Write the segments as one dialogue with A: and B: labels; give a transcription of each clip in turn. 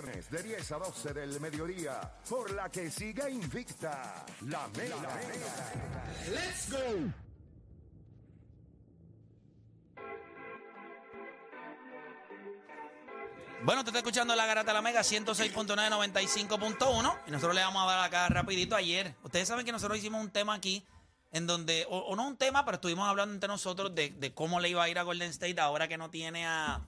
A: lunes de 10 a 12 del mediodía, por la que siga invicta la Mega.
B: Let's go.
C: Bueno, te está escuchando la Garata de la Mega 106.995.1 y nosotros le vamos a dar acá rapidito ayer. Ustedes saben que nosotros hicimos un tema aquí en donde, o, o no un tema, pero estuvimos hablando entre nosotros de, de cómo le iba a ir a Golden State ahora que no tiene a,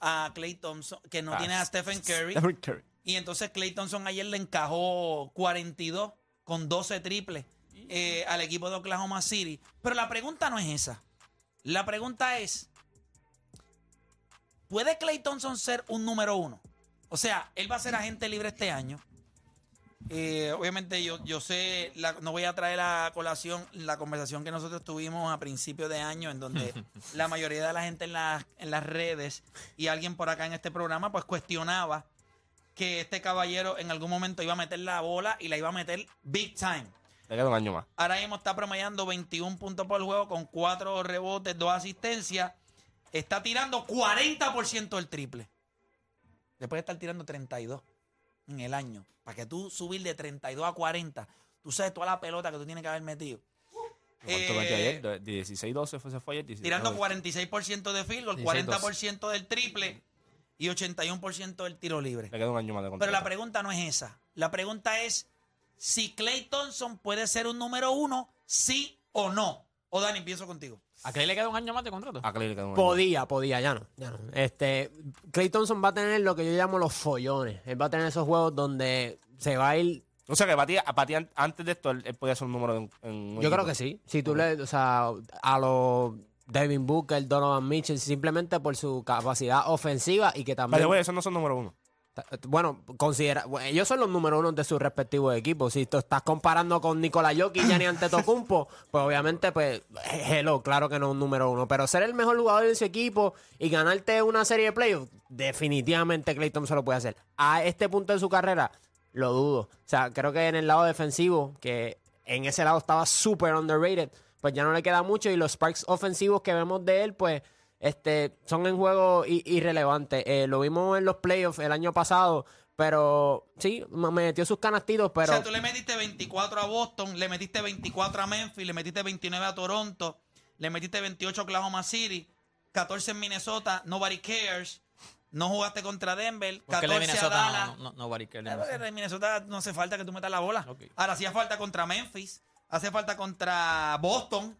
C: a Clay Thompson, que no
D: Ah,
C: tiene a Stephen Curry.
D: Stephen Curry.
C: Y entonces Clay Thompson ayer le encajó 42 con 12 triples eh, al equipo de Oklahoma City. Pero la pregunta no es esa. La pregunta es, ¿puede Clay Thompson ser un número uno? O sea, él va a ser agente libre este año. Eh, obviamente yo, yo sé, la- no voy a traer a colación la conversación que nosotros tuvimos a principio de año en donde la mayoría de la gente en, las- en las redes y alguien por acá en este programa pues cuestionaba que este caballero en algún momento iba a meter la bola y la iba a meter big time.
D: Le queda un año más.
C: Ahora mismo está promediando 21 puntos por juego con 4 rebotes, 2 asistencias. Está tirando 40% del triple. Después de estar tirando 32 en el año. Para que tú subir de 32 a 40, tú sabes toda la pelota que tú tienes que haber metido.
D: ¿Cuánto
C: Eh,
D: metió ayer? De- 16, 12 fue, se fue ayer. 16,
C: Tirando
D: 12.
C: 46% de field goal,
D: 16,
C: 40% del triple y 81% del tiro libre.
D: Le queda un año más de contrato.
C: Pero la pregunta no es esa. La pregunta es si Clay Thompson puede ser un número uno, sí o no. O Dani, empiezo contigo.
E: ¿A Clay le queda un año más de contrato?
D: A Clay le queda un año más.
F: Podía, podía, ya no, ya no. Este, Clay Thompson va a tener lo que yo llamo los follones. Él va a tener esos juegos donde se va a ir.
D: O sea que batía, batía antes de esto, él, él podía ser un número de un, en un
F: Yo creo
D: equipo.
F: que sí. Si tú le, o sea, a los Devin Booker, Donovan Mitchell, simplemente por su capacidad ofensiva y que también.
D: Pero, güey, esos no son número uno.
F: Bueno, considera, bueno, ellos son los número uno de sus respectivos equipos. Si tú estás comparando con Nikola Jokic y Gianni Antetokounmpo, pues obviamente, pues, hello, claro que no es un número uno. Pero ser el mejor jugador de su equipo y ganarte una serie de playoffs, definitivamente Clay Thompson lo puede hacer. A este punto de su carrera, lo dudo. O sea, creo que en el lado defensivo, que en ese lado estaba súper underrated, pues ya no le queda mucho. Y los sparks ofensivos que vemos de él, pues este, son en juego i- irrelevantes. Eh, lo vimos en los playoffs el año pasado, pero sí, me metió sus canastitos, pero
C: o sea, tú le metiste 24 a Boston, le metiste 24 a Memphis, le metiste 29 a Toronto, le metiste 28 a Oklahoma City, 14 en Minnesota, nobody cares. No jugaste contra Denver, 14
E: Porque el de
C: a
E: Minnesota
C: Dallas.
E: no, no, no, no, Barry, que el de
C: Eh, porque
E: Minnesota.
C: en Minnesota no hace falta que tú metas la bola.
E: Ok.
C: Ahora hacía falta contra Memphis, hace falta contra Boston,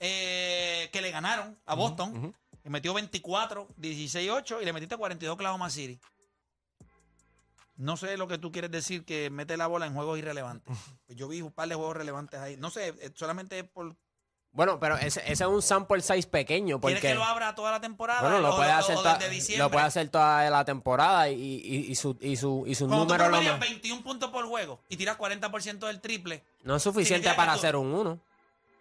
C: eh, que le ganaron a Boston. Y metió 24, 16-8 y le metiste 42 a Oklahoma City. No sé lo que tú quieres decir que mete la bola en juegos irrelevantes. Pues yo vi un par de juegos relevantes ahí. No sé, eh, solamente por...
F: bueno, pero ese, ese es un sample size pequeño, porque
C: ¿Quieres que lo abra toda la temporada?
F: bueno, lo
C: O-
F: puede
C: o-
F: hacer,
C: o
F: toda-
C: desde diciembre.
F: lo puede hacer toda la temporada y, y- y su, y su, y su
C: Cuando tú
F: número lo
C: promedias
F: más-
C: 21 puntos por juego y tiras 40% del triple,
F: no es suficiente
C: significa que
F: para
C: tú-
F: hacer un uno.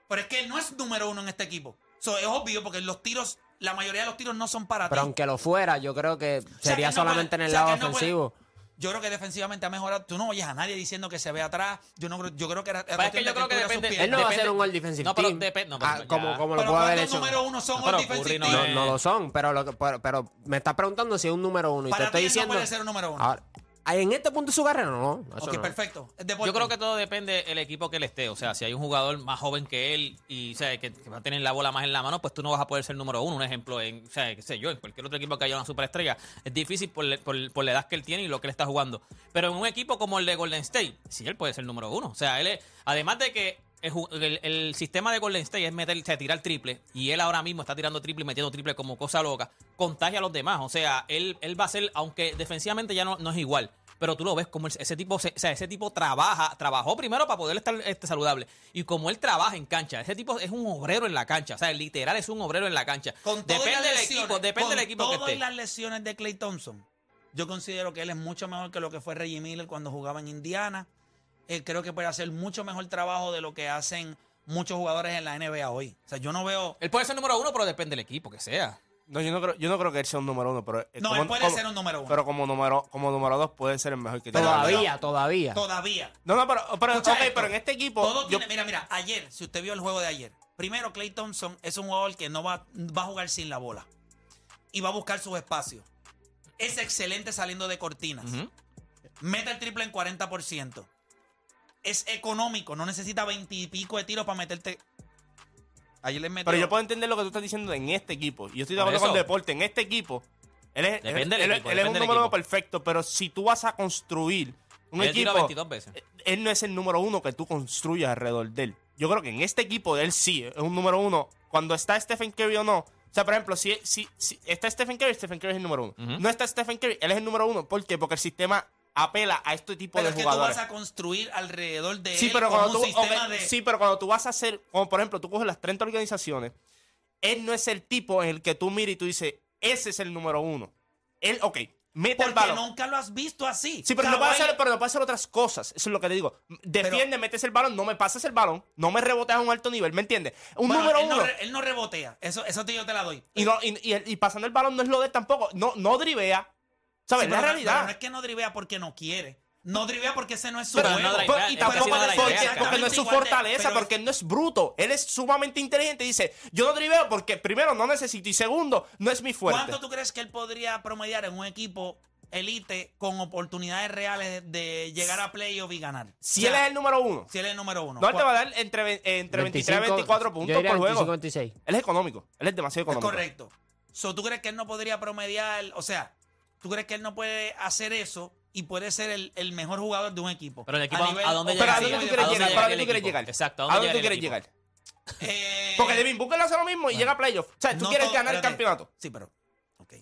C: Pero es que él no es número uno en este equipo. So, es obvio porque los tiros, la mayoría de los tiros no son para
F: Pero
C: ti.
F: aunque lo fuera, yo creo que
C: que
F: sería
C: él no
F: solamente
C: puede-
F: en el
C: o sea,
F: lado
C: que él no puede-
F: ofensivo.
C: Yo creo que defensivamente ha mejorado. Tú no oyes a nadie diciendo que se ve atrás. Yo no creo, yo creo que era, era
E: Pero es
C: cuestión
E: que yo
C: de
E: creo que
C: tuviera sus
E: depende-
C: pies.
F: Él no va a
E: depende-
F: ser un all defensive
E: No, pero
F: team,
E: depe- no, pero
F: ah,
E: ya.
F: como, como lo
C: Pero
F: pudo haber
C: ¿cuántos
F: hecho.
C: número uno Eh. son
E: No, pero
C: all defensive
E: Curry no
C: team?
F: No, no lo son, pero, lo que- pero, pero me estás preguntando si es un número uno. Y te
C: Para ti
F: estoy
C: él
F: diciendo.
C: no puede ser un número uno.
F: Ahora, en este punto de su carrera, no. eso
C: ok,
F: no.
C: perfecto. Deporte.
E: Yo creo que todo depende del equipo que él esté. O sea, si hay un jugador más joven que él y o sea, que, que va a tener la bola más en la mano, pues tú no vas a poder ser número uno. Un ejemplo, en, o sea, qué sé yo, en cualquier otro equipo que haya una superestrella. Es difícil por, le- por- por la edad que él tiene y lo que él está jugando. Pero en un equipo como el de Golden State, sí, él puede ser número uno. O sea, él es- además de que el, ju- el- el sistema de Golden State es meter, o sea, tirar triple y él ahora mismo está tirando triple y metiendo triple como cosa loca, contagia a los demás. O sea, él, él va a ser, aunque defensivamente ya no, no es igual, pero tú lo ves como ese tipo, se- o sea, ese tipo trabaja, trabajó primero para poder estar este, saludable y como él trabaja en cancha, ese tipo es un obrero en la cancha, o sea, literal es un obrero en la cancha.
C: Con todas
E: depende
C: las
E: del
C: lesiones-
E: equipo, depende
C: con
E: del equipo que
C: todas
E: esté.
C: las lesiones de Clay Thompson, yo considero que él es mucho mejor que lo que fue Reggie Miller cuando jugaba en Indiana. Eh, creo que puede hacer mucho mejor trabajo de lo que hacen muchos jugadores en la NBA hoy. O sea, yo no veo...
E: Él puede ser número uno, pero depende del equipo que sea.
D: No, yo no, creo, yo no creo que él sea un número uno. Pero, eh,
C: No,
D: como-
C: él puede
D: como-
C: ser un número uno.
D: Pero como número, como número dos puede ser el mejor que tiene.
F: Todavía, todavía.
C: Todavía.
D: No, no, pero, pero,
C: Escucha
D: ok,
C: esto.
D: pero en este equipo.
C: Todo
D: yo-
C: tiene- mira, mira, ayer, si usted vio el juego de ayer, primero Clay Thompson es un jugador que no va, va a jugar sin la bola y va a buscar sus espacios. Es excelente saliendo de cortinas.
E: Ujú.
C: Mete el triple en 40%. Es económico. No necesita 20 y pico de tiros para meterte. Ayer les metió.
D: Pero yo puedo entender lo que tú estás diciendo en este equipo. Y yo estoy de
E: Por
D: acuerdo con
E: eso.
D: deporte. En este equipo, él es,
E: Depende del
D: él-
E: equipo,
D: él es
E: depende
D: un
E: del
D: número
E: equipo.
D: perfecto. Pero si tú vas a construir un
E: Él
D: equipo,
E: tiró
D: eh,
E: 22 veces.
C: Eh,
D: él no es el número uno que tú construyas alrededor de él. Yo creo que en este equipo él sí es un número uno. Cuando está Stephen Curry o no. O sea, por ejemplo, si, si, si está Stephen Curry, Stephen Curry es el número uno.
E: Ujú.
D: No está Stephen Curry, él es el número uno. ¿Por qué? Porque el sistema apela a este tipo
C: Pero
D: de
C: es que tú
D: jugadores.
C: vas a construir alrededor de
D: Sí
C: él
D: pero,
C: con
D: cuando
C: un
D: tú,
C: sistema
D: ok,
C: de.
D: sí, pero cuando tú vas a hacer, como por ejemplo, tú coges las 30 organizaciones, él no es el tipo en el que tú miras y tú dices, ese es el número uno. Él, ok, mete el
C: porque
D: balón.
C: nunca lo has visto así.
D: Sí, pero no, puede
C: Kawhi-
D: hacer, pero no puede hacer otras cosas. Eso es lo que te digo. Defiende, metes el balón, no me pases el balón, no me rebotes a un alto nivel, ¿me entiendes? Un
C: Bueno,
D: número
C: él
D: uno.
C: No, re- él no rebotea. Eso, eso te- yo te la doy.
D: y, no, y, y el- y pasando el balón no es lo de él tampoco. No, no drivea. ¿Sabes?
C: Sí,
D: la
C: pero no-
D: realidad.
C: pero no es que no drivea porque no quiere. No drivea porque ese no es su
E: Pero
C: juego.
E: no drivea,
D: Por-
E: Pero
D: y
E: es
D: tampoco
E: que esa
D: porque,
E: es la idea,
D: porque no es su
C: exactamente igual de-
D: fortaleza,
C: pero-
D: porque él no es bruto. Él es sumamente inteligente. Dice, yo no driveo porque primero no necesito y segundo no es mi fuerte.
C: ¿Cuánto tú crees que él podría promediar en un equipo elite con oportunidades reales de llegar a playoff y ganar?
D: Si
C: O sea,
D: él es el número uno,
C: si él es el número uno.
D: no él te
C: ¿Cuál-
D: va a dar entre, ve- entre 23 y
F: 25,
D: 24
F: yo
D: puntos
F: diría
D: por juego.
F: 25, 26.
D: Él es económico. Él es demasiado
C: Es
D: económico.
C: correcto. So, ¿Tú crees que él no podría promediar? O sea, ¿tú crees que él no puede hacer eso y puede ser el, el mejor jugador de un equipo?
E: Pero el equipo,
C: A
E: ¿a,
C: nivel
E: dónde
D: Pero
E: llega?
D: ¿a
E: el
D: dónde tú
E: equipo?
D: quieres
E: ¿A dónde
D: llegar?
E: llega
D: ¿Para dónde
E: el
D: tú quieres
E: equipo?
D: llegar?
E: Exacto,
D: ¿A dónde tú
E: llega
D: quieres
E: el equipo?
D: llegar?
C: Eh,
D: Porque Devin Booker lo hace lo mismo y llega a playoff. O sea, tú
C: no
D: quieres
C: todo-
D: ganar el
C: espérate.
D: campeonato.
C: Sí, pero. Ok.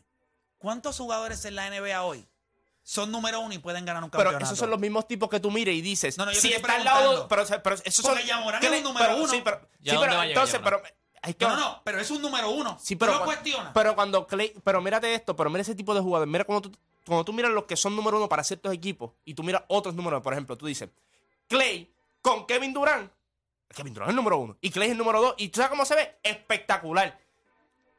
C: ¿Cuántos jugadores en la NBA hoy son número uno y pueden ganar un campeonato?
D: Pero esos son los mismos tipos que tú mires y dices.
C: No, no, yo te
D: si
C: estoy
D: está al lado.
C: preguntando.
D: Pero, pero esos
C: Porque
D: son.
C: Yamoran es un
D: ¿crees?
C: número
D: Pero-
C: uno.
D: Sí, pero,
E: ¿Ya
D: sí,
E: dónde
D: pero
E: va a llegar
D: entonces, pero.
E: Yamoran?
D: Hay que
C: No, no, no, pero es un número uno.
D: Sí,
C: Tú
D: pero,
C: lo
D: cua-
C: cuestionas.
D: pero cuando Clay, pero mírate esto, pero mira ese tipo de jugadores, mira cuando tú, cuando tú miras los que son número uno para ciertos equipos y tú miras otros números, por ejemplo, tú dices, Clay con Kevin Durant, Kevin Durant es el número uno y Clay es el número dos y tú sabes cómo se ve, espectacular.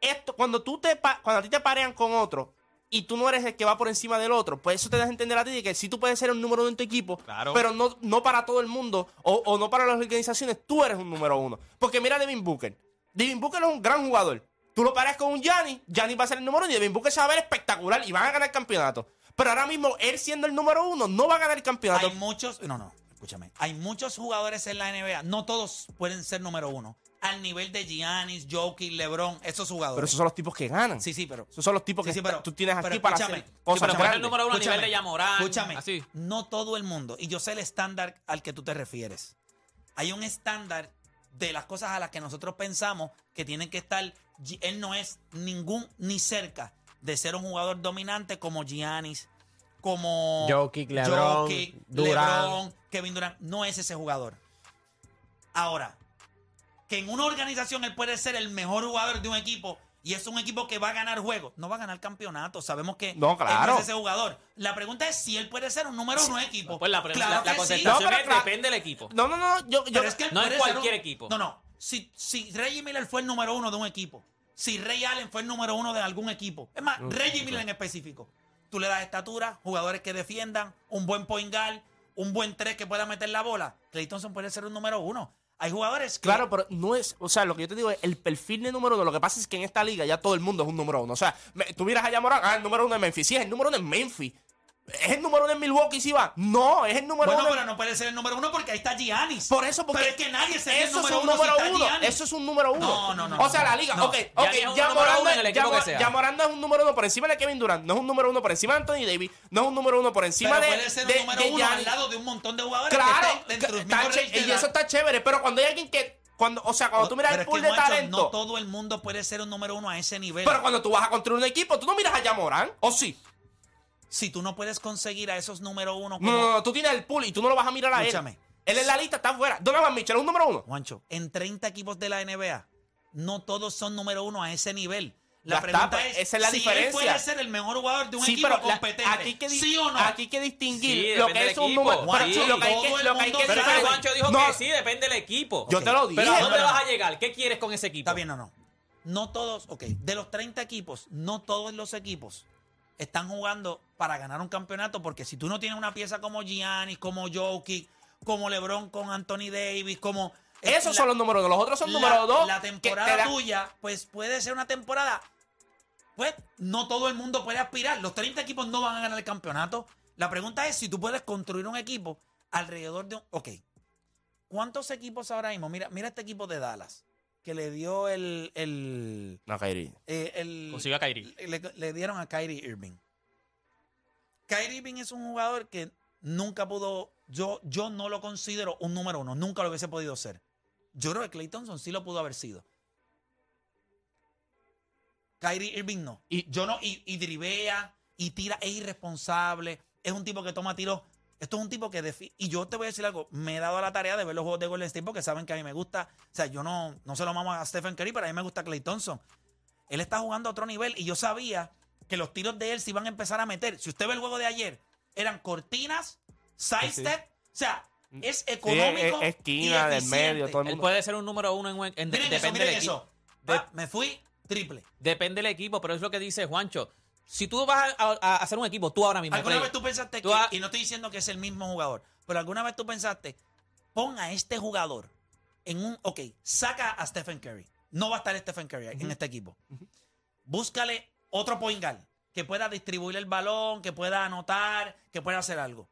D: Esto, cuando tú te, pa- cuando a ti te parean con otro y tú no eres el que va por encima del otro, pues eso te das a entender a ti de que sí tú puedes ser un número uno en tu equipo,
E: Claro.
D: pero no, no para todo el mundo o, o no para las organizaciones, tú eres un número uno. Porque mira a Devin Booker, Devin Booker es un gran jugador. Tú lo paras con un Gianni, Gianni va a ser el número uno y Devin Booker se va a ver espectacular y van a ganar el campeonato. Pero ahora mismo él siendo el número uno no va a ganar el campeonato.
C: Hay muchos, no, no, escúchame. Hay muchos jugadores en la NBA. No todos pueden ser número uno. Al nivel de Giannis, Jokic, LeBron, esos
D: Pero
C: jugadores.
D: esos son los tipos que ganan.
C: sí, sí, pero.
D: Esos son los tipos
C: Sí,
D: que
C: sí,
D: está-
C: pero-
D: tú tienes aquí
C: pero
D: para
C: escúchame.
D: hacer
C: Sí,
E: Sí,
D: cosas
E: pero poner el
D: grandes.
E: número uno a nivel
C: Escúchame,
E: de Yamoran.
C: Escúchame,
E: Así.
C: no todo el mundo, y yo sé el estándar al que tú te refieres. Hay un estándar de las cosas a las que nosotros pensamos que tienen que estar. Gi- Él no es ningún ni cerca de ser un jugador dominante como Giannis, como
F: Jokic, LeBron,
C: Jokic,
F: Durant.
C: LeBron, Kevin Durant. No es ese jugador. Ahora, que en una organización él puede ser el mejor jugador de un equipo y es un equipo que va a ganar juegos, no va a ganar campeonato. Sabemos que
D: No,
C: él
D: claro.
C: es ese jugador. La pregunta es si él puede ser un número uno de equipo.
E: Pues la,
C: claro
E: la, la
C: que sí.
E: concentración
D: No, pero
E: es-
D: claro.
E: depende del equipo.
D: No, no, no, yo, yo
C: Pero es que él
E: no en
C: puede ser un-
E: cualquier equipo.
C: No, no. Si, si Reggie Miller fue el número uno de un equipo, si Ray Allen fue el número uno de algún equipo, es
D: Mm,
C: más, Reggie Miller en específico, tú le das estatura, jugadores que defiendan, un buen point guard, un buen tres que pueda meter la bola. Clay Thompson puede ser un número uno. Hay jugadores que
D: Claro, pero no es, o sea, lo que yo te digo es el perfil de número uno. Lo que pasa es que en esta liga ya todo el mundo es un número uno. O sea, me- tú miras a Yamoran, ah, el número uno es Memphis. Sí, es el número uno en Memphis. Es el número uno en Milwaukee, sí va. No, es el número
C: Bueno,
D: uno. en-
C: pero no puede ser el número uno porque ahí está Giannis.
D: Por eso, porque
C: Pero es que nadie sería el
D: eso
C: número
D: es un
C: uno si
D: número
C: está
D: uno.
C: Giannis.
D: Eso es un número uno.
C: No, no, no,
D: O sea,
C: no,
D: la liga,
C: no.
D: ok, ok.
E: Giannis es un
D: Ya
E: número
D: Morán
E: uno
D: no-
E: en el
D: ya
E: equipo que
D: Mo-
E: sea.
D: ya Morán no es un número uno por encima de Kevin Durant. No es un número uno por encima de Anthony Davis. No es un número uno por
C: Pero
D: encima de.
C: puede ser un
D: de-
C: número
D: de
C: uno
D: Giannis.
C: al lado de un montón de jugadores.
D: Claro,
C: que estén dentro del
D: está
C: mismo
D: ché-
C: range de
D: y eso
C: edad.
D: está chévere, pero cuando hay alguien que. Cuando, o sea, cuando tú miras
C: Pero
D: el
C: es
D: pool
C: que,
D: de
C: macho,
D: talento.
C: No todo el mundo puede ser un número uno a ese nivel.
D: Pero cuando tú vas a construir un equipo, tú no miras a Yamorán, ¿o sí?
C: si tú no puedes conseguir a esos número
D: No,
C: uno, como,
D: no, no, tú tienes el pool y tú no lo vas a mirar a
C: Escúchame.
D: él. Él en la lista está fuera. Donovan Mitchell es un número uno.
C: Juancho, en 30 equipos de la NBA, no todos son número uno a ese nivel.
D: Ya
C: La
D: está,
C: pregunta
D: pues,
C: es,
D: esa es la
C: si él
D: diferencia.
C: puede ser el mejor jugador de un equipo
D: la-
C: competente.
D: aquí hay que, di-
C: ¿Sí o no?
D: aquí hay que distinguir
E: Sí,
D: lo
E: depende
D: que
E: del
D: es un
E: equipo.
D: número.
E: Juan,
D: pero
E: sí,
D: lo que hay
C: todo
D: que,
C: el
D: lo que, hay
C: mundo
D: que
E: Pero es que
C: sabe.
D: saber-
E: Juancho dijo
D: No,
E: que sí, depende del equipo.
D: Yo te lo dije.
E: Pero ¿a dónde
C: No, no,
E: vas a
C: no.
E: llegar? ¿Qué quieres con ese equipo?
C: Está bien o no. No todos, ok, de los 30 equipos, no todos los equipos están jugando para ganar un campeonato, porque si tú no tienes una pieza como Giannis, como Jokic, como LeBron con Anthony Davis, como...
D: Esos
C: la-
D: son los números uno. Los otros son
C: la-
D: número dos.
C: La
D: que te
C: temporada
D: da-
C: tuya, pues puede ser una temporada... pues no todo el mundo puede aspirar. Los 30 equipos no van a ganar el campeonato. La pregunta es si tú puedes construir un equipo alrededor de un... Ok, ¿cuántos equipos ahora mismo? Mira, mira este equipo de Dallas, que le dio el... el,
D: No, Kairi.
C: eh, el-
E: Consiguió a Kyrie.
C: Le, le dieron a Kyrie Irving. Kyrie Irving es un jugador que nunca pudo... Yo, yo no lo considero un número uno. Nunca lo hubiese podido ser. Yo creo que Clay Thompson sí lo pudo haber sido. Kyrie Irving no.
D: Y-
C: yo no, y, y drivea, y tira, es irresponsable, es un tipo que toma tiros. Esto es un tipo que defi- Y yo te voy a decir algo, me he dado a la tarea de ver los juegos de Golden State porque saben que a mí me gusta. O sea, yo no, no se lo mamo a Stephen Curry, pero a mí me gusta Clay Thompson. Él está jugando a otro nivel y yo sabía que los tiros de él se iban a empezar a meter. Si usted ve el juego de ayer, eran cortinas, sidestep, o sea, es económico.
D: Mm. es- esquina,
C: y
D: del medio,
C: eficiente.
D: todo el
E: Él puede ser un número uno en, un- en- de-
C: Miren eso,
E: depende
C: miren
E: del equipo.
C: eso. Ah, me fui triple.
E: Depende del equipo, pero es lo que dice Juancho. Si tú vas a, a- a hacer un equipo, tú ahora mismo.
C: ¿Alguna
E: Clay,
C: vez tú pensaste
E: tú
C: que,
E: ha-
C: y no estoy diciendo que es el mismo jugador, pero alguna vez tú pensaste, pon a este jugador en un, ok, saca a Stephen Curry. No va a estar Stephen Curry en este equipo. Búscale otro point guard que pueda distribuir el balón, que pueda anotar, que pueda hacer algo.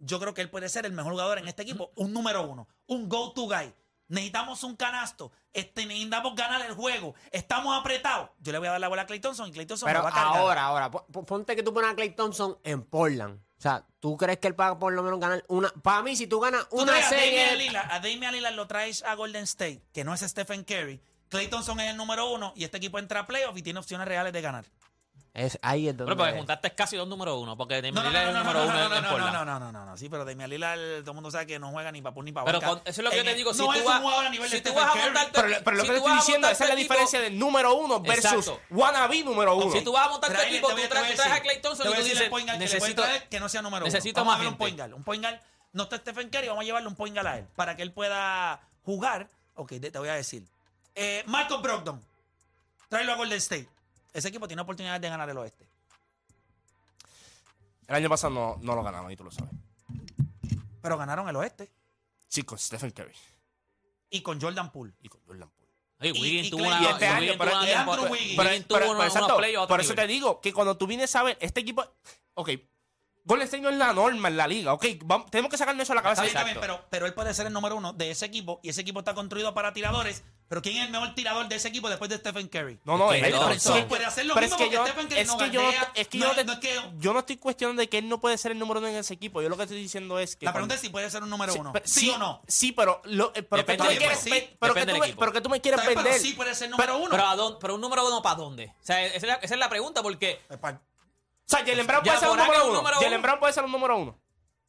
C: Yo creo que él puede ser el mejor jugador en este equipo, un número uno, un go-to guy. Necesitamos un canasto, este, necesitamos ganar el juego, estamos apretados. Yo le voy a dar la bola a Clay Thompson y Clay Thompson
F: Pero
C: me va a cargar.
F: ahora, ahora, po- po- ponte que tú pones a Clay Thompson en Portland. O sea, ¿tú crees que él va a por lo menos ganar una? Para mí, si tú ganas
C: Tú
F: una
C: traes a Damian
F: serie...
C: Lillard, a Damian Lillard lo traes a Golden State, que no es Stephen Curry. Clay Thompson es el número uno y este equipo entra a playoff y tiene opciones reales de ganar.
F: Es, ahí es donde...
C: pues,
E: Pero porque juntaste casi dos números uno, porque Damian
C: No, no, no,
E: Lillard es
C: no,
E: el
C: no,
E: número
C: no,
E: uno
C: no,
E: en-
C: no,
E: en
C: no, no,
E: Portland.
C: no, no, no, no, no, sí, pero Damian Lillard, todo el mundo sabe que no juega ni para ni para
E: Pero con- eso es lo que yo te digo. Si
C: no
E: tú
C: es
E: vas,
C: un jugador a nivel
E: si
C: de
E: tú
C: Stephen
E: vas a
C: Curry.
E: montarte,
D: Pero, le- pero lo
E: si
D: que te
E: tú vas
D: estoy
E: a
D: diciendo,
E: montarte
D: esa es la
E: equipo-
D: diferencia del número uno versus
E: Exacto.
D: wannabe número uno.
E: Si tú vas a montar tu
C: Traele,
E: equipo,
C: te
E: tú
C: voy a- te voy
E: traes, traes a
C: decir.
E: Clay Thompson
C: Te
E: y
C: voy a
E: tú
C: decir el
E: dices,
C: point guard que le puede
E: necesito...
C: traer que no sea número uno.
E: necesito
C: Vamos
E: más
C: a darle un
E: gente.
C: point guard, un point guard. No está Stephen Curry, vamos a llevarle un point guard a él para que él pueda jugar. Ok, te te voy a decir. Eh, Michael Brogdon, tráelo a Golden State. Ese equipo tiene oportunidades de ganar el oeste.
D: El año pasado no, no lo ganamos, y tú lo sabes.
C: Pero ganaron el oeste.
D: Sí, con Stephen Curry
C: y con Jordan Poole.
D: y con Jordan Poole.
E: Ay,
C: y
E: Wiggins tuvo
C: Clay
E: una...
D: Y
C: Thompson.
D: este año,
E: Wiggins
D: pero-
E: tuvo una
D: y
E: temporada-
C: Andrew Wiggins.
D: Pero-
E: Wiggins
D: pero-
E: tuvo
D: pero
E: una-
D: exacto,
E: unos playoffs a otro
D: por eso te
E: nivel.
D: digo que cuando tú vienes a ver, este equipo. Ok, Golden State no es la norma en la liga. Ok, vamos- tenemos que sacarle eso a la
C: Está
D: cabeza.
C: bien, está bien,
E: exacto.
C: pero, pero él puede ser el número uno de ese equipo y ese equipo está construido para tiradores. Pero ¿quién es el mejor tirador de ese equipo después de Stephen Curry?
D: No, no,
E: Es que
D: él-
E: no,
D: pero
E: no.
D: eso-
E: Él
C: puede hacer lo
D: pero
C: mismo
D: es que
C: porque
D: yo,
C: Stephen Curry
D: es
C: no
D: que yo,
C: gardea,
D: es que
C: no-
D: yo te-
C: no es que-
D: yo no estoy cuestionando de que él no puede ser el número uno en ese equipo. Yo lo que estoy diciendo es que.
C: La
D: cuando-
C: pregunta es si puede ser un número
D: Sí,
C: uno.
D: pero-
C: ¿Sí, o no?
D: Sí, pero, lo- eh, pero que tú
E: Depende
D: me
E: del
D: quieres,
C: equipo.
D: pe- pero que
E: Depende
D: tú
E: del
D: me-
E: equipo.
D: pero que tú me quieres
C: Está bien,
D: vender.
C: Pero sí puede ser número uno.
E: Pero, a dónde- pero un número uno para dónde? O sea, esa es la, esa es la pregunta porque...
C: Eh, pa-
D: O sea, Jalen Brown
E: Ya,
D: puede ser un
E: Morán es
D: número
E: un
D: uno.
E: número
D: Jalen
E: uno.
D: Brown puede ser un número uno.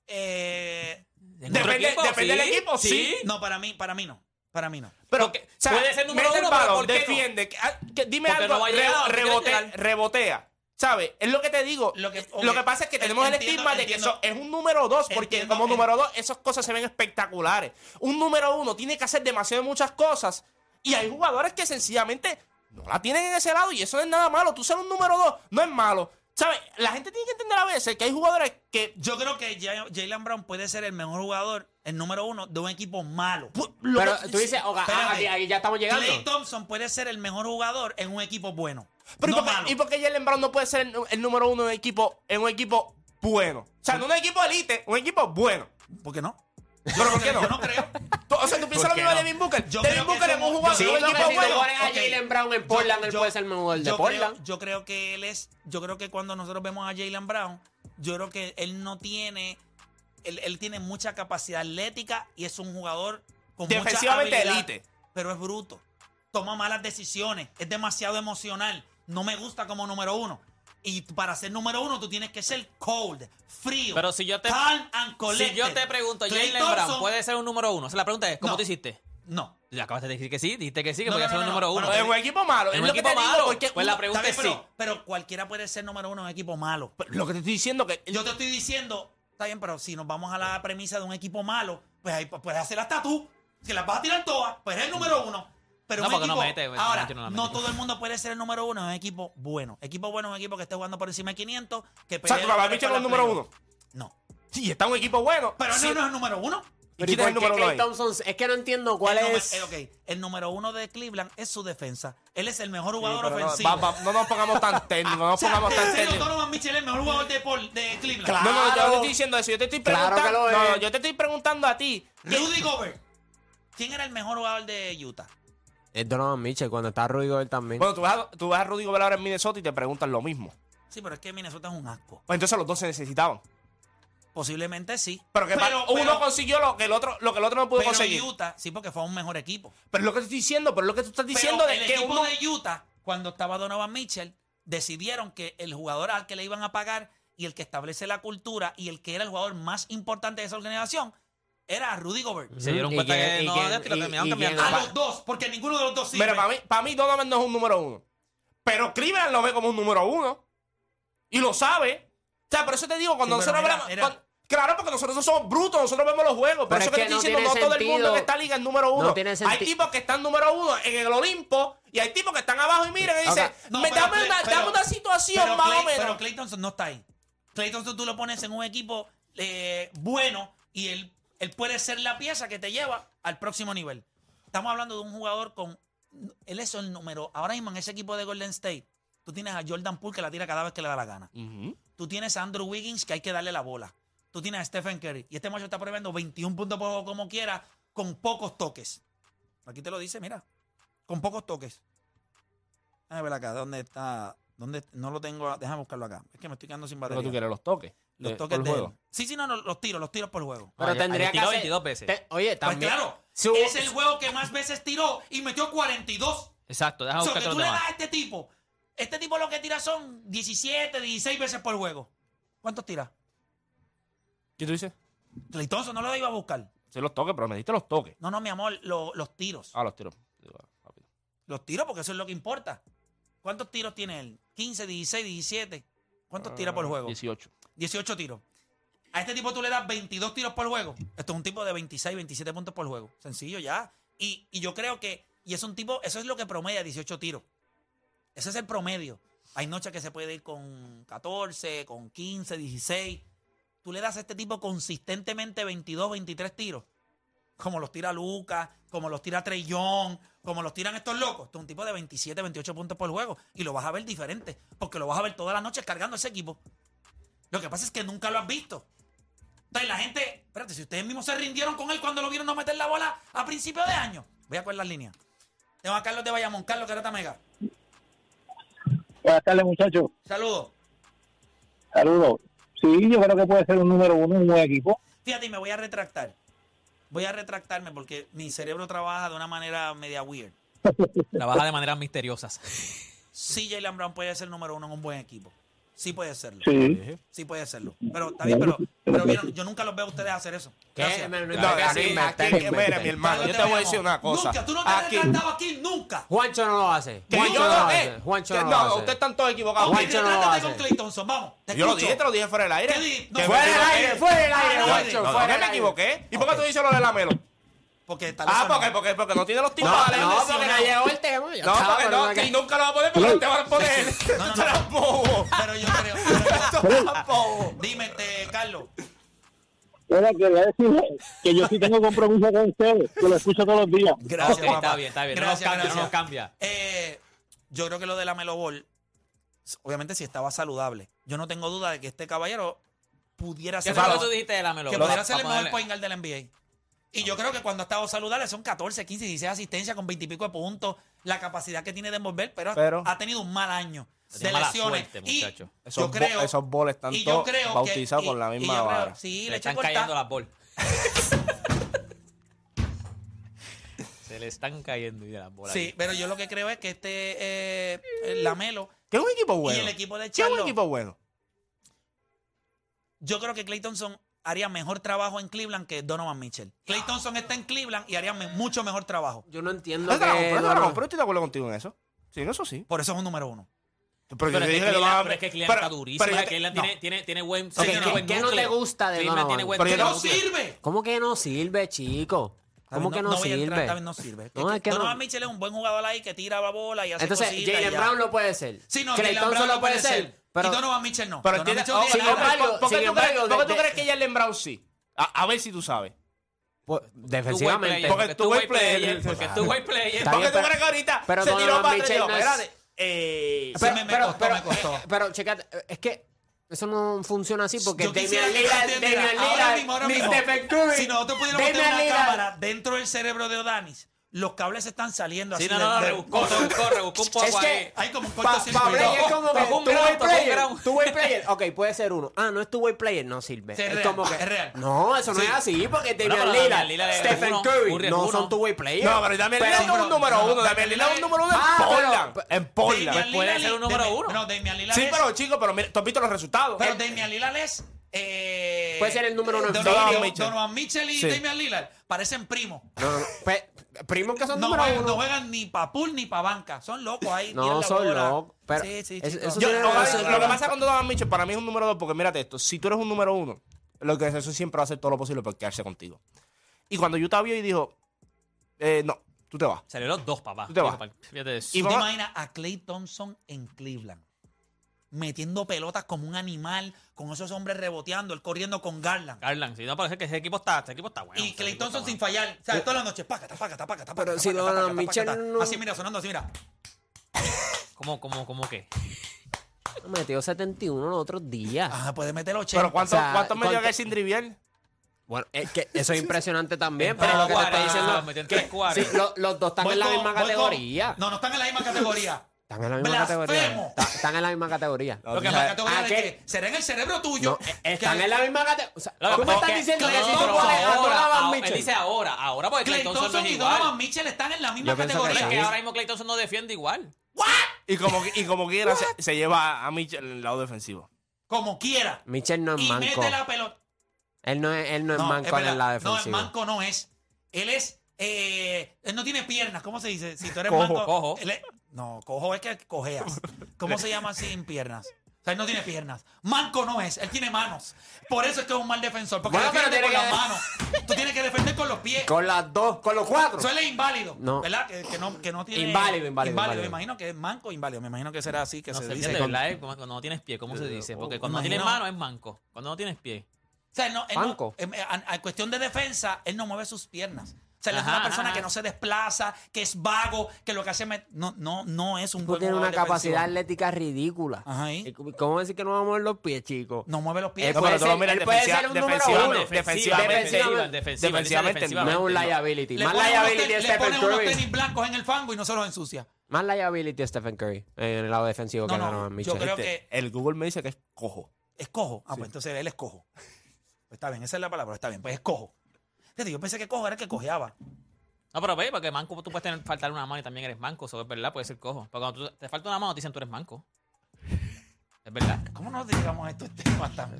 C: eh,
E: ¿En
D: Depende-
E: otro equipo?
D: depende del equipo, sí.
C: no, para mí, para mí no. Para mí no.
D: Pero
E: Porque puede ser número
D: mete el
E: uno, pero
D: balón,
E: ¿por qué no?
D: defiende. que- ah, que- dime
E: Porque
D: algo,
E: no va a llegar,
D: rebo-
E: no quiere
D: rebotea,
E: llegar.
D: rebotea. ¿Sabes? Es lo que te digo. Eh,
C: Lo
D: Lo
C: que-
D: que,
C: ok.
D: pasa es que
C: En-
D: tenemos el
C: entiendo,
D: estigma de que
C: entiendo.
D: eso es un número dos, porque
C: Entiendo,
D: como
C: en-
D: número dos, esas cosas se ven espectaculares. Un número uno tiene que hacer demasiado muchas cosas. Y hay jugadores que sencillamente no la tienen en ese lado. Y eso no es nada malo. Tú ser un número dos no es malo. ¿Sabes? La gente tiene que entender a veces que hay jugadores que
C: Yo creo que Ja- Jalen Brown puede ser el mejor jugador, el número uno de un equipo malo.
D: pu- lo
F: Pero
D: que-
F: tú dices, oga, ah,
C: Espérate.
F: aquí, aquí ya estamos llegando.
C: Clay Thompson puede ser el mejor jugador en un equipo bueno.
D: Pero
C: no
D: ¿y, por
C: malo.
D: qué, y por qué Jalen Brown no puede ser el, nu- el número uno en un equipo, en un equipo bueno? O sea, no un equipo elite, un equipo bueno.
C: ¿Por qué no?
D: ¿Pero por qué no?
C: Yo no creo.
D: Tú- O sea, tú piensas lo
C: ¿Por qué
D: mismo de
C: no?
D: Devin Booker.
C: Yo
D: Devin
C: creo que
D: Booker es un
C: somos-
D: jugador
C: Sí,
D: de un
C: yo
D: equipo
C: creo que
D: bueno.
C: somos-
F: a
C: ok.
F: Jalen Brown en Portland, él puede ser el mejor de
C: yo
F: Portland.
C: Creo, yo creo que él es. Yo creo que cuando nosotros vemos a Jalen Brown, yo creo que él no tiene. Él, él tiene mucha capacidad atlética y es un jugador con mucha
D: Defensivamente
C: habilidad,
D: elite.
C: Pero es bruto. Toma malas decisiones. Es demasiado emocional. No me gusta como número uno. Y para ser número uno, tú tienes que ser cold, frío.
E: Pero si yo te-
C: calm and
E: Si yo te
C: collected.
E: pregunto,
C: Clay
E: Jalen Brown
C: Thompson-
E: puede ser un número uno. O sea, la pregunta es, ¿cómo
C: No.
E: tú hiciste?
C: No.
E: Le Acabaste de decir que sí, dijiste que sí, que
C: No,
E: podía
C: no,
E: ser
C: no,
E: un
C: no,
E: número
C: no,
E: uno.
C: no,
D: Es un equipo malo.
E: En
D: Es
E: un
D: lo que
E: equipo
D: te
E: malo.
D: digo. Porque
E: Pues la pregunta
C: Está bien,
E: es sí.
C: pero, pero cualquiera puede ser número uno en un equipo malo.
D: Lo que te estoy diciendo que...
C: Yo te estoy diciendo, está bien, pero si nos vamos a la premisa de un equipo malo, pues ahí pu- puedes hacer hasta tú, que las vas a tirar todas, pues eres el número uno. Pero
E: No,
C: un
E: porque no
C: equipo,
E: mete, pues,
C: ahora,
E: Nacho no la
C: no,
E: mete.
C: todo el mundo puede ser el número uno en un equipo bueno. Equipo bueno es un equipo que esté jugando por encima de 500, que
D: O sea,
C: pelee
D: tu papá
C: por
D: Mitchell es
C: la
D: el número
C: playoff.
D: uno.
C: No.
D: Sí, está un equipo bueno.
C: Pero
D: Sí.
C: no, no es el número uno.
D: ¿Y
F: Pero ¿y
D: quién es el
F: por qué
D: número uno
F: Clay
D: ahí?
F: Thompson? Es que no entiendo cuál
C: el
F: es.
C: número- eh, ok, el número uno de Cleveland es su defensa. Él es el mejor
D: Sí,
C: jugador
D: pero no,
C: ofensivo.
D: va- va- no nos pongamos tan técnicos, no
C: O
D: nos
C: sea,
D: pongamos tan
C: en serio,
D: técnicos.
C: Donovan Mitchell es el mejor jugador de, Paul- de Cleveland.
D: No, no, yo no
F: Claro.
D: te estoy diciendo eso. Yo te estoy
F: Claro
D: preguntando.
F: que lo
D: no,
F: es.
D: no, yo te estoy preguntando a ti.
C: Rudy Gobert. ¿Quién era el mejor jugador de Utah?
F: Es Donovan Mitchell cuando está Rudy Gobert también.
D: Bueno, tú vas, a, tú vas a Rudy Gobert ahora en Minnesota y te preguntan lo mismo.
C: Sí, pero es que Minnesota es un asco.
D: Pues entonces los dos se necesitaban.
C: Posiblemente sí.
D: Pero que pa- uno
C: pero-
D: consiguió lo que el otro, lo que el otro no pudo
C: pero
D: conseguir.
C: Utah, sí, porque fue un mejor equipo.
D: Pero es lo que te estoy diciendo, pero es lo que tú estás diciendo
C: pero
D: de
C: el
D: que
C: equipo
D: uno.
C: de Utah, cuando estaba Donovan Mitchell, decidieron que el jugador al que le iban a pagar y el que establece la cultura y el que era el jugador más importante de esa organización era Rudy Gobert.
E: Se dieron
F: ¿Y
E: cuenta
F: quién-
E: que
F: y
E: no,
F: quién-
E: ya te lo
F: y-
E: terminaron
F: y
E: cambiando.
F: quién-
C: A los dos, porque ninguno de los dos sirve.
D: Mira, para mí, para mí Donovan no es un número uno. Pero Cleveland lo ve como un número uno. Y lo sabe. O sea, por eso te digo, cuando
C: Sí, pero
D: nosotros
C: mira,
D: hablamos.
C: mira.
D: cuando- claro, porque nosotros no somos brutos, nosotros vemos los juegos. Por
F: Pero
D: eso
F: es
D: que te
F: que
D: estoy
F: no
D: diciendo, no
F: tiene
D: todo el mundo
F: sentido.
D: que está en liga es número uno.
F: No tiene
D: hay
F: senti-
D: tipos que están número uno en el Olimpo y hay tipos que están abajo y miran y
F: Ok.
D: dicen,
C: No,
D: "Me-
C: pero
D: dame,
C: Clay-
D: una,
C: pero-
D: dame una situación
C: pero
D: más
C: Clay-
D: o menos.
C: Pero Clay Thompson no está ahí. Clay Thompson tú lo pones en un equipo eh, bueno y él, él puede ser la pieza que te lleva al próximo nivel. Estamos hablando de un jugador con... Él es el número... Ahora mismo en ese equipo de Golden State, tú tienes a Jordan Poole que la tira cada vez que le da la gana.
D: Ujú.
C: Tú tienes a Andrew Wiggins que hay que darle la bola. Tú tienes a Stephen Curry. Y este macho está probando 21 puntos por juego como quiera con pocos toques. Aquí te lo dice, mira. Con pocos toques. Déjame ver acá. ¿Dónde está? ¿Dónde? No lo tengo. Déjame buscarlo acá. Es que me estoy quedando sin
D: Lo que tú
C: batería.
D: quieres, los toques.
C: Los
D: de-
C: toques
D: por
C: de
D: el
C: él. Sí, sí, no, no, los tiros. Los tiros por juego.
F: Pero
E: Ayer-
F: tendría
E: ayer
F: que
E: tiró
F: hacer-
E: 22 veces.
F: te- oye,
C: Pues
F: también.
C: claro.
F: si hubo-
C: Es el juego que más veces tiró y metió 42.
E: Exacto, déjame
C: O sea,
E: buscar
C: que
E: que los
C: tú le
E: demás.
C: das a este tipo. Este tipo lo que tira son 17, 16 veces por juego. ¿Cuántos tira?
D: ¿Qué tú dices?
C: Clay Thompson no lo iba a buscar.
D: Sí, los toques, pero me diste los toques.
C: No, no, mi amor, lo- los tiros.
D: Ah, los tiros. Digo, ah, rápido.
C: Los tiros, porque eso es lo que importa. ¿Cuántos tiros tiene él? 15, 16, 17. ¿Cuántos tira
D: Ah,
C: por juego?
D: 18.
C: 18 tiros. A este tipo tú le das 22 tiros por juego. Esto es un tipo de 26, 27 puntos por juego. Sencillo ya. Y, y yo creo que. Y es un tipo. Eso es lo que promedia, 18 tiros. Ese es el promedio. Hay noches que se puede ir con 14, con 15, 16. Tú le das a este tipo consistentemente 22, 23 tiros. Como los tira Lucas, como los tira Trellón, como los tiran estos locos. Esto es un tipo de 27, 28 puntos por juego. Y lo vas a ver diferente. Porque lo vas a ver todas las noches cargando ese equipo. Lo que pasa es que nunca lo has visto. Entonces la gente, espérate, si ustedes mismos se rindieron con él cuando lo vieron no meter la bola a principio de año. Voy a coger las líneas. Tengo a Carlos de Bayamón. Carlos Carata Mega.
G: Buenas tardes, muchachos.
C: Saludos.
G: Saludos. Sí, yo creo que puede ser un número uno, un buen equipo.
C: Fíjate, y me voy a retractar. Voy a retractarme porque mi cerebro trabaja de una manera media weird.
E: Trabaja de maneras misteriosas.
C: Sí, Jalen Brown puede ser número uno en un buen equipo. Sí puede serlo.
G: Sí.
C: Sí puede serlo. Pero está bien, pero, pero vieron, yo nunca los veo a ustedes hacer eso.
F: ¿Qué?
C: Gracias.
F: Me- me-
D: No,
F: me-
D: así,
F: me-
D: aquí,
F: me- me-
D: mira,
F: me-
D: mi hermano, yo
C: Carlos
D: te voy a
C: de Bayamón.
D: decir una cosa.
C: Nunca, tú no te has
D: Aquí-
C: retractado aquí nunca.
F: Juancho no lo hace.
D: Que
F: Juancho
D: yo
F: no lo
D: no,
F: hace.
D: eh.
F: Juancho
D: que
F: no lo
D: no,
F: hace.
D: ustedes están todos equivocados.
C: Ok,
F: Juancho no lo
C: retráctate
F: hace.
C: con Clay Thompson, vamos.
D: Yo
C: Te
D: lo
C: escucho.
D: dije, te lo dije fuera del aire.
C: ¿Qué di- no,
D: Que
C: fuera
D: me
C: del
D: equivoqué.
C: aire,
F: fuera del aire,
D: No,
F: Juancho,
D: no,
F: fuera
D: que me
F: del aire.
D: equivoqué. ¿Y por qué tú dices lo de la melo?
C: Porque tal vez
D: Ah,
C: son-
D: porque, porque, porque no tiene los
F: No,
D: timbales.
F: no, porque no llegó el tema. ya
D: No,
F: está,
D: porque
F: pero
D: no,
F: no-
D: que nunca lo va a poner porque no te van a poner.
C: No, no, no.
D: Tú eres bobo.
C: Pero yo creo. pero
D: Tú eres bobo.
C: yo- dime, este, Carlos.
G: Bueno, quería decirle que yo sí tengo compromiso con ustedes, que lo escucho todos los días.
C: Gracias,
E: Ok, está
C: papá.
E: bien, está bien. No nos cambia, no nos cambia.
C: Eh, yo creo que lo de la Melo Ball, obviamente si estaba saludable. Yo no tengo duda de que este caballero pudiera
E: ¿Qué
C: ser,
E: fue lo
C: el-
E: que tú dijiste de la melo?
C: que
E: Vamos
C: pudiera
E: a
C: ser el mejor
E: ponerle-
C: point guard de la NBA. Y yo creo que cuando ha estado saludable son 14, 15, 16 asistencias con 20 y pico de puntos, la capacidad que tiene de envolver, pero,
D: Pero-
C: ha tenido un mal año de
E: Tiene mala
C: lesiones.
E: suerte,
C: y
E: muchacho.
C: yo creo,
D: boles
C: y yo creo que- y- y yo creo- sí,
E: le
C: le eché
E: están
C: corta-
E: cayendo las bolas. Se le están cayendo ya las bolas.
C: Sí, pero yo lo que creo es que este eh, Lamelo
D: Que es un equipo bueno.
C: y el equipo de
D: Que es un
C: Charlotte,
D: equipo bueno.
C: yo creo que Clay Thompson haría mejor trabajo en Cleveland que Donovan Mitchell. Clay
E: Ah.
C: Thompson está en Cleveland y haría me- mucho mejor trabajo.
F: Yo no entiendo
D: Yo te la compro,
F: que...
D: yo te la
F: no-
D: compro, yo estoy de acuerdo contigo en eso. Sí, en eso sí.
C: Por eso es un número uno.
D: Pero yo
E: Pero,
D: te
E: es
D: dije
E: que
D: que lo
E: Cleveland,
D: va a-
E: pero es que Cleveland
D: pero-
E: está durísimo.
D: pero yo te-
E: Cleveland
D: no.
E: tiene, tiene, tiene buen.
C: Sí,
E: tiene
C: ¿qué-
E: buen
F: qué no
E: núcleo.
F: te gusta de
E: Cleveland
F: Donovan?
E: tiene buen
D: Pero yo
C: ¡Que
D: no
C: no
E: núcleo.
C: sirve!
F: ¿Cómo que no sirve, chico? ¿Cómo
C: no,
F: que no,
C: no voy a
F: sirve?
C: entrar, también no sirve.
F: No, es que no.
C: Donovan Mitchell es un buen jugador ahí que tira la bola y hace
F: Entonces,
C: cositas y
F: Jalen
C: ya.
F: Brown lo puede ser.
C: Sí, no,
F: Clay
C: Jalen
F: Thompson
C: Brown
F: lo puede ser. Pero,
C: Y Donovan Mitchell no.
D: Pero
C: Donovan
D: tiene-
C: Mitchell
D: oh,
C: tiene
D: sin
C: nada.
F: embargo,
D: embargo, ¿por qué
F: sin
D: tú crees-
F: embargo,
D: por qué tú
F: de-
D: crees
F: de-
D: que Jalen Brown sí? A, a ver si tú sabes.
F: Pues, defensivamente.
D: Porque
E: Porque tú way player. Porque tú way player.
F: Está
D: Porque
F: bien,
D: tú
F: pero-
D: crees que ahorita
F: pero
D: se
F: Donovan
D: tiró para
F: Mitchell
D: atrás.
F: no es-
D: Espérate. Eh,
C: Sí, me- me costó, me costó.
F: eh, pero checate, eh, es que eso no funciona así porque
C: Yo quisiera
F: Damian
C: que
F: Lillard,
C: ustedes
F: Damian
C: vieran, ahora
F: Lillard,
C: mismo, ahora mismo,
F: Mr. McCurry,
C: si nosotros pudiéramos tener
F: Damian
C: una
F: Lillard.
C: cámara dentro del cerebro de Odanis, los cables se están saliendo
E: Sí,
C: así.
E: no, no, no,
C: de-
E: rebuscó, rebuscó, rebuscó un poco
F: Es que-
E: ahí.
C: Hay como un
F: Pa- pa'
C: cortocircuito.
F: Blake es como que
E: Tocó un
F: tu
E: ground,
F: way
E: tocó un
F: player,
E: ground.
F: tu way player. Ok, puede ser uno. Ah, no es tu way player, no sirve.
C: Sí, es
F: es
C: real,
F: como que
C: es real.
F: No, eso no
C: Sí.
F: es así porque
E: pero
F: Damian
E: Damian
F: Lillard,
E: Lillard es
F: Stephen
E: uno, Curry
F: Curry
E: es
F: no
E: uno.
F: son tu way player.
D: No, pero Damian
F: eh, Pero-
D: Lillard no es un número
C: no,
D: uno. Damian Lillard es un número uno en
F: Ah, pero-
D: Portland. En
C: Damian
D: Portland.
E: puede
C: Lillard
E: ser un
C: es-
E: número
C: Damian-
E: uno.
C: No, Damian Lillard
D: Sí,
C: es-
D: pero chicos, pero mira, tú has visto los resultados.
C: Pero Damian Lillard es. eh,
F: Puede ser el número uno en
C: Donovan,
D: Donovan
C: Donovan Mitchell.
D: Mitchell.
C: y
D: Sí.
C: Damian Lillard parecen primos.
F: Pe- primos que son
C: No,
F: número
C: juegan,
F: uno.
C: no juegan ni pa' pool ni pa' banca. Son locos ahí.
F: No,
C: tiran la
F: son
C: bola.
F: locos, pero
C: sí, sí,
F: es-
C: chicos.
F: eso
D: Yo-
F: tiene
D: lo,
F: razón.
D: lo que pasa con Donovan Mitchell para mí es un número dos, porque mírate esto, si tú eres un número uno, la organización siempre va a hacer todo lo posible por quedarse contigo. Y cuando Utah vio y dijo, eh, no, tú te vas.
E: Salió los dos, papá.
D: Tú te vas.
E: Fíjate eso.
D: Y
C: ¿Tú te
D: vamos-
C: imaginas a Clay Thompson en Cleveland? Metiendo pelotas como un animal, con esos hombres reboteando, él corriendo con Garland.
E: Garland, si no parece que ese equipo está, ese equipo está bueno.
C: y
E: ese
C: Clay
E: equipo está
C: Thompson sin
E: bueno.
C: fallar. O sea, todas las noches, paca, paca, paca, paca.
F: Pero si Donovan Mitchell no-
C: Así mira, sonando así, mira.
E: ¿Cómo, cómo, cómo qué?
F: Metió 71 los otros días.
C: Ah, puede meter 80.
D: Pero ¿cuánto,
F: O sea,
D: ¿cuánto me dio
F: ¿cuánto-
D: que sin trivial?
F: Bueno, es que eso es impresionante también, pero
E: No,
F: lo que te estoy
E: 40, metió
F: diciendo
E: en tres
F: que
E: cuartos.
F: sí, lo- los dos están
C: Voy
F: en la
C: con-
F: misma
C: voy con-
F: categoría.
C: No, no están en la misma categoría.
F: Están en la misma categoría.
C: ¡Blasfemo!
F: Está- Están en la misma categoría.
C: Lo que
F: O
C: me
F: sea,
C: categoría de
F: aquel-
C: que será en el cerebro tuyo.
F: Ah, No,
C: eh,
F: eh,
C: que-
F: están en la misma categoría. O sea,
E: Lo
F: tú
E: que
F: me
E: pasa
F: estás
E: es que-
F: diciendo que
E: no,
F: si
E: no,
F: tú
E: pero
F: pones a
E: ahora,
F: Donovan
E: ahora, Él
F: Mitchell.
E: dice ahora, ahora porque Clay
C: Clay
E: Thompson
C: Thompson
E: no es
C: y
E: igual.
C: Donovan Mitchell están en la misma
F: Yo pienso
E: Pero es
C: categoría.
E: que ahora mismo Clay Thompson no defiende igual.
D: Y como, y como quiera, se, se lleva a Mitchell en el lado defensivo.
C: Como quiera.
F: Mitchell no es
C: Y
F: manco.
C: mete la pelota.
F: Él no es, él no es manco
C: es
F: en la
C: verdad. No, el
F: defensiva.
C: manco no es. Él es. eh, él no tiene piernas. ¿Cómo se dice? Si tú eres
D: Cojo.
C: manco.
E: Cojo.
C: él es- no, cojo es que cojeas. ¿Cómo se llama sin piernas? O sea, él no tiene piernas. Manco no es. Él tiene manos. Por eso es que es un mal defensor. Porque
F: Bueno, pero
C: defiende con las
F: tiene
C: manos. Tú tienes que defender con los pies.
F: Con las dos, con los cuatro.
C: Eso él es inválido.
F: No.
C: ¿Verdad? Que, que no, que no tiene.
F: Inválido, inválido, inválido.
C: Me imagino que es manco inválido. Me imagino que será así que
E: No
C: se
E: se
C: dice.
E: entiende, ¿verdad? Eh, Cuando no tienes pie, ¿cómo se dice? Porque cuando
C: imagino.
E: tienes mano es manco. Cuando no tienes pie.
C: O sea, él no, él no-
F: Banco.
C: em, eh, a, a cuestión de defensa, él no mueve sus piernas. O sea, él es
E: Ajá,
C: una persona
E: ajá.
C: que no se desplaza, que es vago, que lo que hace met- no, no, no es un
F: Tú
C: buen
F: tienes una
C: jugador
F: capacidad
C: defensivo.
F: atlética ridícula.
C: Ajá, ¿y?
F: ¿Y cu- ¿Cómo decir que no vamos a mover los pies, chicos?
C: No mueve los pies.
F: Eh,
D: No,
F: puede
D: pero tú lo
F: ser-
D: miras
F: él puede ser un número
D: defensivamente,
F: uno.
D: defensivamente,
F: Defensivamente.
E: Defensivamente,
D: defensivamente,
F: No es un
E: no.
F: liability.
C: le
F: Más
C: pone, unos,
F: liability
C: tenis,
F: es
C: le este
F: Stephen
C: pone unos
F: Curry.
C: tenis blancos en el fango y no se los ensucia.
F: Más liability es Stephen Curry eh, en el lado defensivo
C: No,
F: que
C: no,
F: Donovan
C: yo
F: Mitchell.
C: creo
D: Este,
C: que-
D: El Google me dice que es cojo.
C: Es cojo. Ah, pues entonces él es cojo. Pues está bien, esa es la palabra. Está bien, pues es cojo. Fíjate, Yo pensé que cojo era el que cojeaba.
E: No, pero ve, porque manco tú puedes tener, faltar una mano y también eres manco. Eso es verdad, puede ser cojo. Pero cuando tú- te falta una mano, te dicen tú eres manco. Es verdad.
C: ¿Cómo no digamos estos temas tan?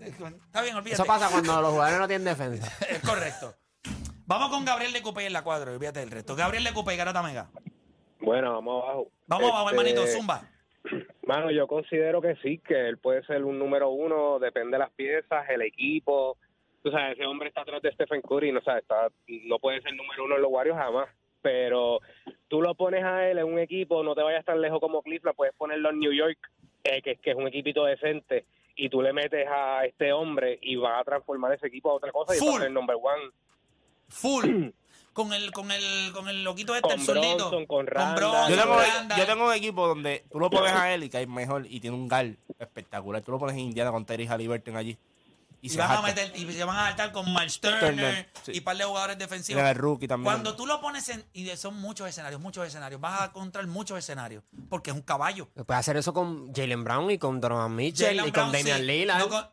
C: Está bien, olvídate.
F: Eso pasa cuando los jugadores no tienen defensa.
C: Es correcto. Vamos con Gabriel Lecupé en la cuadra. Olvídate del resto. Gabriel Lecupé, Garata Mega.
H: Bueno, vamos abajo.
C: Vamos, vamos,
H: Este,
C: hermanito, zumba.
H: Mano, yo considero que sí, que él puede ser un número uno, depende de las piezas, el equipo. Tú sabes, ese hombre está atrás de Stephen Curry, no, sabes, está, no puede ser número uno en los Warriors jamás. Pero tú lo pones a él en un equipo, no te vayas tan lejos como Cleveland, puedes ponerlo en New York, eh, que, que es un equipito decente, y tú le metes a este hombre y va a transformar ese equipo a otra cosa y va
C: Full.
H: a ser el number one.
C: Full. con el, con el, con el loquito este,
H: Con
C: el zurdito.
H: Bronson, con Randall.
C: Bronson,
D: Yo tengo,
C: Randall.
D: yo tengo un equipo donde tú lo pones a él y cae mejor y tiene un gal espectacular. Tú lo pones en Indiana con Terry Halliburton allí. Y,
C: Y,
D: se
C: van a
D: jacta.
C: meter, y se van a saltar con Miles Turner
D: Turner, sí.
C: y par de jugadores defensivos.
D: Tienen al rookie también.
C: Cuando tú lo pones en. Y de- son muchos escenarios, muchos escenarios. Vas a encontrar muchos escenarios. Porque es un caballo.
F: Puede hacer eso con Jalen Brown y con Donovan Mitchell
C: Jalen
F: y
C: Brown,
F: con Damian
C: sí.
F: Lillard.
C: No,
F: con
C: con-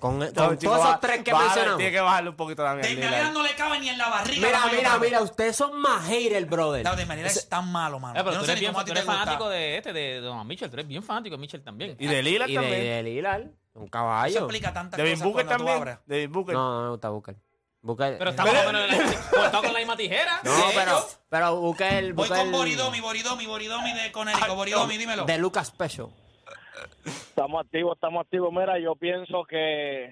F: con
D: Entonces, chico,
F: todos
D: va-
F: esos tres que
D: va a-
F: mencionamos.
D: Tiene que bajarle un poquito también.
C: Damian Lillard no le cabe ni en la barriga.
F: Mira,
C: la mayor
F: mira,
C: parte.
F: mira, ustedes son más haters, brother.
C: No, Damian Lillard es tan malo, mano.
E: Eh, pero
C: yo no
E: tú
C: sé
E: eres
C: ni
E: bien
C: cómo a ti
E: tú
C: te
E: eres
C: gusta.
E: fanático de este, de Don Mitchell. Tú eres bien fanático de Mitchell también.
D: Y de Lillard
F: y de,
D: también.
F: y
D: De,
F: de Lillard, un
C: Eso
F: caballo.
C: explica tantas
D: Devin
C: cosas
D: Booker
C: cuando tú
D: también.
C: abras.
D: Devin Booker.
F: No, no me gusta Booker. Booker.
E: Pero estamos más o menos en la- cortado con la misma tijera.
F: No, pero, pero Booker.
C: Voy
F: Booker
C: con Boridomi, Boridomi, Boridomi de Conérico. Boridomi, dímelo.
F: De Lucas Special.
I: Estamos activos, estamos activos. Mira, yo pienso que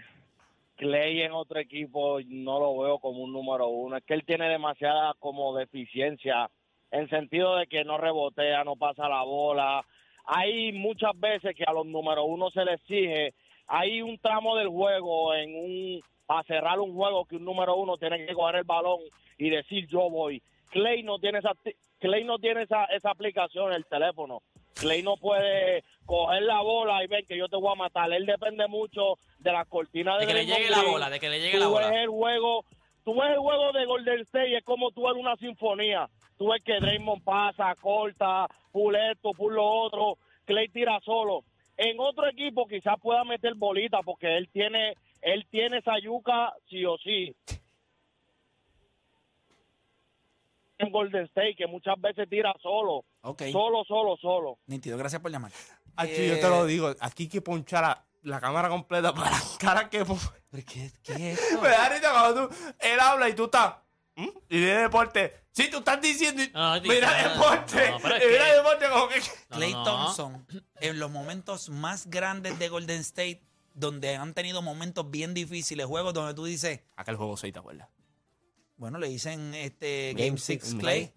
I: Clay en otro equipo no lo veo como un número uno. Es que él tiene demasiada como deficiencia en sentido de que no rebotea, no pasa la bola. Hay muchas veces que a los número uno se les exige hay un tramo del juego en un a cerrar un juego que un número uno tiene que coger el balón y decir yo voy. Clay no tiene esa Clay no tiene esa, esa aplicación en el teléfono. Clay no puede coger la bola y ver que yo te voy a matar. Él depende mucho de las cortinas
E: De que le
I: Draymond
E: llegue la
I: Green.
E: bola, de que le llegue
I: tú
E: la
I: Ves
E: bola.
I: el juego, tú ves el juego de Golden State y es como tú ves una sinfonía. Tú ves que Draymond pasa, corta, pull esto, pull lo otro. Clay tira solo. En otro equipo quizás pueda meter bolita porque él tiene, él tiene esa yuca sí o sí. En Golden State que muchas veces tira solo.
C: Ok.
I: Solo, solo, solo.
C: Nítido, gracias por llamar.
D: Aquí
C: Eh,
D: Ah, yo te lo digo, aquí hay que ponchar la, la cámara completa para la cara que pon-
C: ¿Pero qué, qué es esto?
D: Me da risa cuando tú, él habla y tú estás. ¿Mm? Y de deporte. Sí, tú estás diciendo. y-
E: No, no,
D: mira
E: no, no,
D: deporte.
E: no, pero es
D: mira
E: que-
D: deporte como que.
E: No,
C: Clay
E: no, no.
C: Thompson, en los momentos más grandes de Golden State, donde han tenido momentos bien difíciles, juegos donde tú dices,
D: Acá el juego 6, ¿te acuerdas?
C: bueno, le dicen este
D: Game
C: Game 6
D: six,
C: Clay.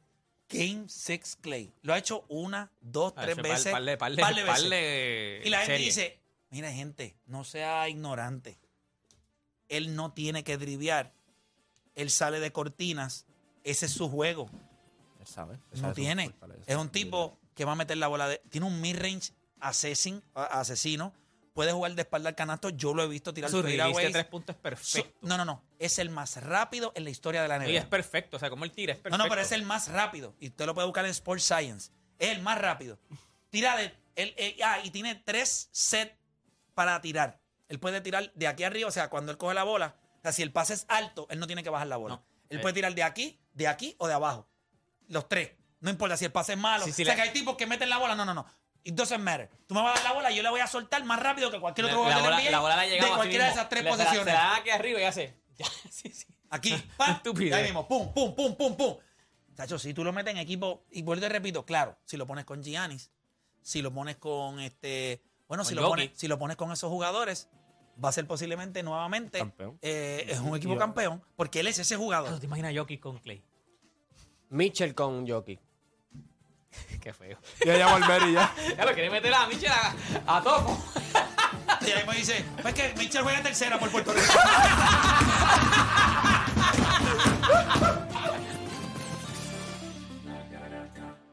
C: Game 6 Clay. Lo ha hecho una, dos,
E: Ha
C: tres
E: hecho Ah, par-
C: veces.
E: par de- par de-
C: par de
E: par
C: veces.
E: de
C: Y la gente
E: series.
C: dice, mira gente, no sea ignorante. Él no tiene que driviar. Él sale de cortinas. Ese es su juego.
D: Él sabe. él sabe
C: No
D: su
C: tiene.
D: fortaleza.
C: Es un tipo que va a meter la bola. De, tiene un mid-range assassin, a- asesino. Puede jugar de espalda al canasto. Yo lo he visto tirar
E: Su release de
C: fadeaways.
E: tres puntos es
C: Su-
E: perfecto.
C: No, no, no. Es el más rápido en la historia de la
E: Y es
C: NBA.
E: perfecto. O sea, como él tira, es
C: No,
E: perfecto.
C: no, pero es el más rápido. Y usted lo puede buscar en Sports Science. Es el más rápido. Tira de. él- eh, ah, y tiene tres sets para tirar. Él puede tirar de aquí arriba. O sea, cuando él coge la bola. O sea, si el pase es alto, él no tiene que bajar la bola.
E: No.
C: Él
E: Eh.
C: puede tirar de aquí, de aquí o de abajo. Los tres. No importa si el pase es malo.
E: Sí, sí,
C: o sea,
E: la-
C: que hay tipos que meten la bola. No, no, no. It doesn't matter. Tú me vas a dar la bola y yo la voy a soltar más rápido que cualquier
E: La,
C: otro jugador
E: la
C: del
E: bola,
C: NBA
E: la bola le ha llegado
C: de
E: así
C: cualquiera de
E: mismo.
C: esas tres
E: Le- se la-
C: posiciones.
E: Se la da aquí arriba y hace. Ya, sí, sí.
C: Aquí, pa,
E: Estúpido.
C: ahí mismo, pum, pum, pum, pum, pum. Tacho, si tú lo metes en equipo, y vuelvo y repito, claro, si lo pones con Giannis, si lo pones con este, bueno, si
E: Con
C: lo,
E: Jokic.
C: pones, si lo pones con esos jugadores, va a ser posiblemente nuevamente
D: Campeón.
C: eh, es un equipo campeón, porque él es ese
E: ¿Tú
C: jugador.
E: Ah, te imaginas Jokic con Clay?
F: Mitchell con Jokic.
E: Qué feo.
D: Ya llamo al Mary ya.
E: Ya lo quiere meter a Michel a, a topo.
C: Y ahí me dice, pues que Mitchell juega tercera por Puerto Rico.